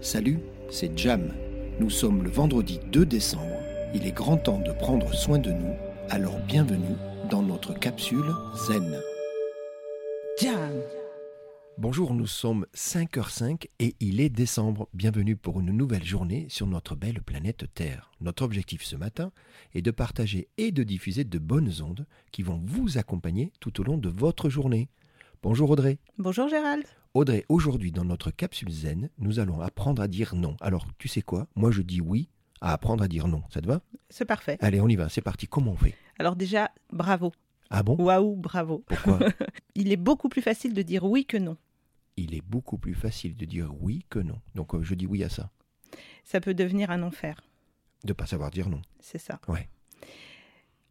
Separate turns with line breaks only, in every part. Salut, c'est Jam. Nous sommes le vendredi 2 décembre. Il est grand temps de prendre soin de nous. Alors bienvenue dans notre capsule Zen.
Jam.
Bonjour, nous sommes 5h05 et il est décembre. Bienvenue pour une nouvelle journée sur notre belle planète Terre. Notre objectif ce matin est de partager et de diffuser de bonnes ondes qui vont vous accompagner tout au long de votre journée. Bonjour Audrey.
Bonjour Gérald.
Audrey, aujourd'hui dans notre capsule zen, nous allons apprendre à dire non. Alors, tu sais quoi Moi je dis oui à apprendre à dire non. Ça te va
C'est parfait.
Allez, on y va, c'est parti. Comment on fait
Alors déjà, bravo.
Ah bon
Waouh, bravo.
Pourquoi
Il est beaucoup plus facile de dire oui que non.
Il est beaucoup plus facile de dire oui que non. Donc euh, je dis oui à ça,
Ça peut devenir un enfer,
de pas savoir dire non.
c'est ça.
Ouais.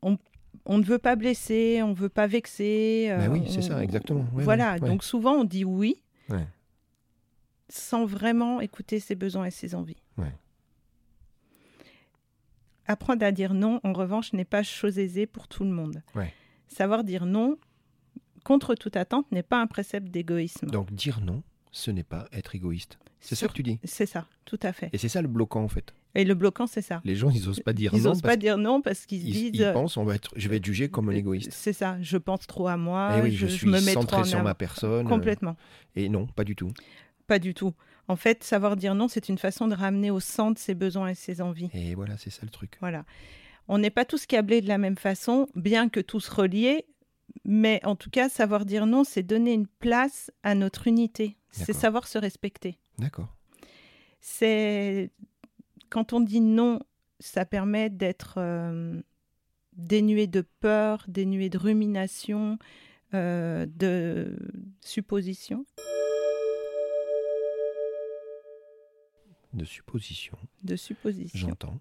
On, on ne veut pas blesser, on ne veut pas vexer. euh,
Bah oui,
on-
c'est ça, exactement. Ouais,
voilà,
ouais, ouais.
donc souvent on dit oui
Ouais.
sans vraiment écouter ses besoins et ses envies.
Ouais.
Apprendre à dire non, en revanche, n'est pas chose aisée pour tout le monde.
Ouais.
Savoir dire non contre toute attente n'est pas un précepte d'égoïsme.
Donc dire non, ce n'est pas être égoïste. C'est ça que tu dis.
C'est ça, tout à fait.
Et c'est ça le bloquant en fait.
Et le bloquant, c'est ça.
Les gens, ils n'osent pas dire
Ils
non
n'osent
parce
pas dire non parce qu'ils se
qu'ils
disent.
ils pensent on va être, je vais être jugé comme un
euh,
égoïste.
C'est ça, je pense trop à moi,
Eh oui, je, suis
Ah, me mets trop en
centré sur
avant.
ma personne. euh,
Complètement,
Et non, pas du tout.
pas du tout. En fait, savoir dire non, c'est une façon de ramener au centre ses besoins et ses envies.
Et voilà, c'est ça le truc.
Voilà. On n'est pas tous câblés de la même façon, bien que tous reliés, mais en tout cas, savoir dire non, c'est donner une place à notre unité. C'est
D'accord.
savoir se respecter.
D'accord.
c'est quand on dit non, ça permet d'être euh, dénué de peur, dénué de rumination, euh, de supposition,
De supposition,
de supposition.
j'entends.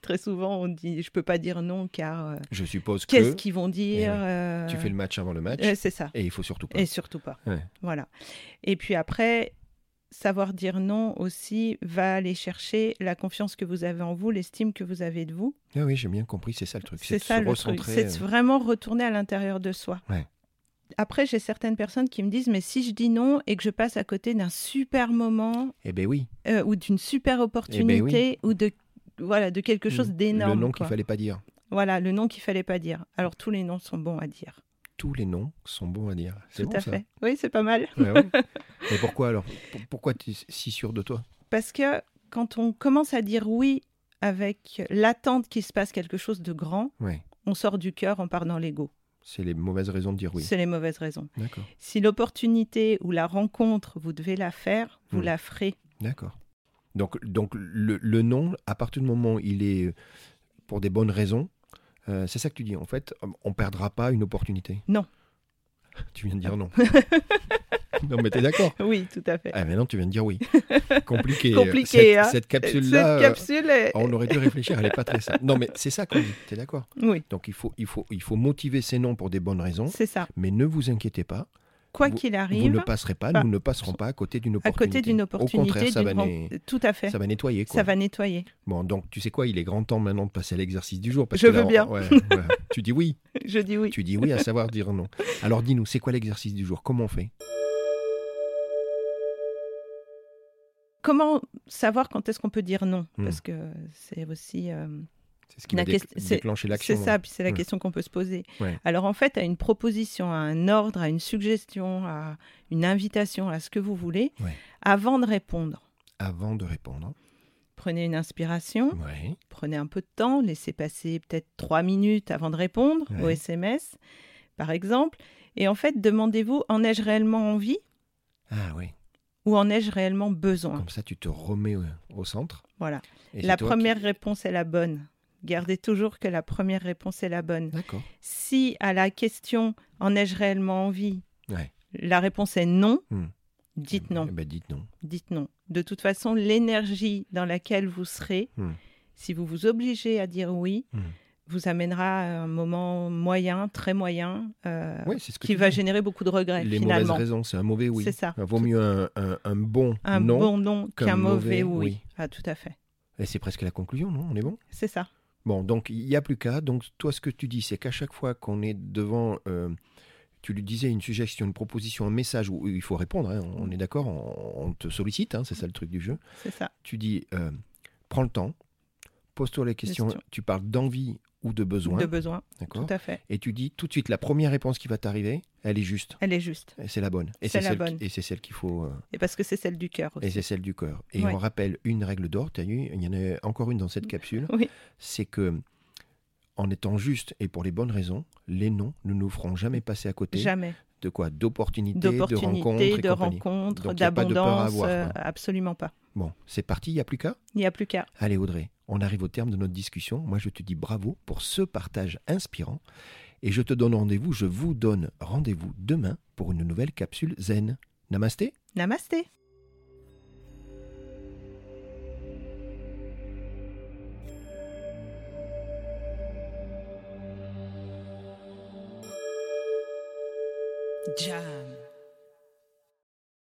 Très souvent, on dit je peux pas dire non car euh,
Je suppose que
qu'est-ce qu'ils vont dire
Eh oui.
euh,
tu fais le match avant le match
euh, C'est ça.
et il faut surtout pas.
Et surtout pas.
Ouais.
Voilà. Et puis après, savoir dire non aussi va aller chercher la confiance que vous avez en vous, l'estime que vous avez de vous.
Ah oui, j'ai bien compris, c'est ça le truc.
C'est
de
ça
se
le truc,
recentrer.
c'est de
euh,
vraiment retourner à l'intérieur de soi.
Ouais.
Après, j'ai certaines personnes qui me disent, mais si je dis non et que je passe à côté d'un super moment
Eh ben oui,
euh, ou d'une
Eh
super opportunité ou de voilà de quelque chose
ben Mm. le
d'énorme.
nom
quoi.
qu'il fallait pas dire.
Voilà, le nom qu'il fallait pas dire. Alors tous les noms sont bons à dire.
Tous les noms sont bons à dire. C'est
Tout
bon,
à
ça.
fait. Oui, c'est pas mal.
Ouais, ouais. Mais pourquoi alors Pour- Pourquoi tu es si sûr de toi
Parce que quand on commence à dire oui avec l'attente qu'il se passe quelque chose de grand,
Ouais.
on sort du cœur, on part dans l'ego.
C'est les mauvaises raisons de dire oui.
C'est les mauvaises raisons.
D'accord.
Si l'opportunité ou la rencontre, vous devez la faire, vous
Mm.
la ferez.
D'accord. Donc, donc le, le non, à partir du moment où il est euh, pour des bonnes raisons, euh, c'est ça que tu dis. En fait, on perdra pas une opportunité.
Non.
Tu viens de dire non. non, mais t'es d'accord.
Oui, tout à fait.
Ah, mais non, tu viens de dire oui. Compliqué. euh,
Compliqué,
Cette,
hein.
cette
Cette
capsule-là, euh,
capsule est...
on aurait dû réfléchir, elle n'est pas très simple. Non, mais c'est ça qu'on dit. T'es d'accord.
Oui,
Donc, il faut, il, faut, il faut motiver ces noms pour des bonnes raisons.
c'est ça.
Mais ne vous inquiétez pas,
Quoi
Vous-
qu'il
vous
arrive,
ne passerez pas,
pas-
nous ne passerons pas à côté d'une
à
opportunité.
côté d'une
Au
opportunité,
contraire, ça
d'une
va,
ren-
né-
tout à fait.
ça va nettoyer. Quoi.
Ça va nettoyer.
Bon, donc tu sais quoi, il est grand temps maintenant de passer à l'exercice du jour. Parce
Je
que là,
veux
on-
bien.
ouais, ouais. Tu dis oui,
Je dis oui.
tu dis oui à savoir dire non. Alors dis-nous, c'est quoi l'exercice du jour Comment on fait
Comment savoir quand est-ce qu'on peut dire non
Hmm.
Parce que c'est aussi euh,
C'est ce qui
La
va déc-
question- c'est-
déclencher l'action. hein.
c'est ça, puis c'est la
Ouais. Hmm.
question qu'on peut se poser.
Ouais.
Alors en fait, à une proposition, à un ordre, à une suggestion, à une invitation, à ce que vous voulez,
Ouais.
avant de répondre,
Avant de répondre. hein.
prenez une inspiration.
Ouais.
prenez un peu de temps, laissez passer peut-être trois minutes avant de répondre au
Ouais.
SMS, par exemple. Et en fait, demandez-vous, en ai-je réellement envie
Ah oui.
ou en ai-je réellement besoin
Comme ça, tu te remets au, au centre.
Voilà.
et c'est
La
toi
première réponse est la bonne. Gardez toujours que la première réponse est la bonne.
qui- D'accord.
Si à la question en ai-je réellement envie,
Ouais.
la réponse est non,
Hmm.
dites
Eh
non.
ben, dites non.
dites non. De toute façon, l'énergie dans laquelle vous serez,
Hmm.
si vous vous obligez à dire oui,
Hmm.
vous amènera à un moment moyen, très moyen, euh,
Oui, c'est ce que
qui
tu
va
dis.
générer beaucoup de regrets
Les mauvaises
finalement.
raisons, c'est un mauvais oui.
C'est ça.
Vaut mieux un, un- un bon
Un
non.
bon non
qu'un
qu'un
mauvais
mauvais, oui.
oui.
Ah, tout à fait.
Et c'est presque la conclusion, non On est bon
C'est ça.
Bon, donc il n'y a plus qu'à. Donc toi, ce que tu dis, c'est qu'à chaque fois qu'on est devant euh, tu lui disais une suggestion, une proposition, un message où il faut répondre, hein, on, on est d'accord, on, on, te sollicite, hein, c'est ça le truc du jeu.
C'est ça.
Tu dis, euh, prends le temps, pose-toi les questions,
Question.
tu parles d'envie ou de besoin,
De besoin,
d'accord
tout à fait.
Et tu dis tout de suite, la première réponse qui va t'arriver, elle est juste,
Elle est juste.
et c'est la bonne. Et
C'est la
celle
bonne.
qui- et c'est celle qu'il faut... euh,
Et parce que c'est celle du cœur
Et
aussi.
c'est celle du cœur. Et
Ouais.
on rappelle une règle d'or, tu as eu, il y en a encore une dans cette capsule,
Oui.
c'est que en étant juste et pour les bonnes raisons, les noms ne nous feront jamais passer à côté
Jamais.
de quoi D'opportunités, de rencontres et
D'opportunités, de
compagnie.
rencontres,
Donc, y a pas de peur à
d'abondance.
avoir,
euh,
quoi.
absolument pas.
Bon, c'est parti, il n'y a plus qu'à
Il n'y a plus qu'à.
Allez Audrey, on arrive au terme de notre discussion. Moi je te dis bravo pour ce partage inspirant et je te donne rendez-vous, je vous donne rendez-vous demain pour une nouvelle capsule zen. Namasté
Namasté.
Jam.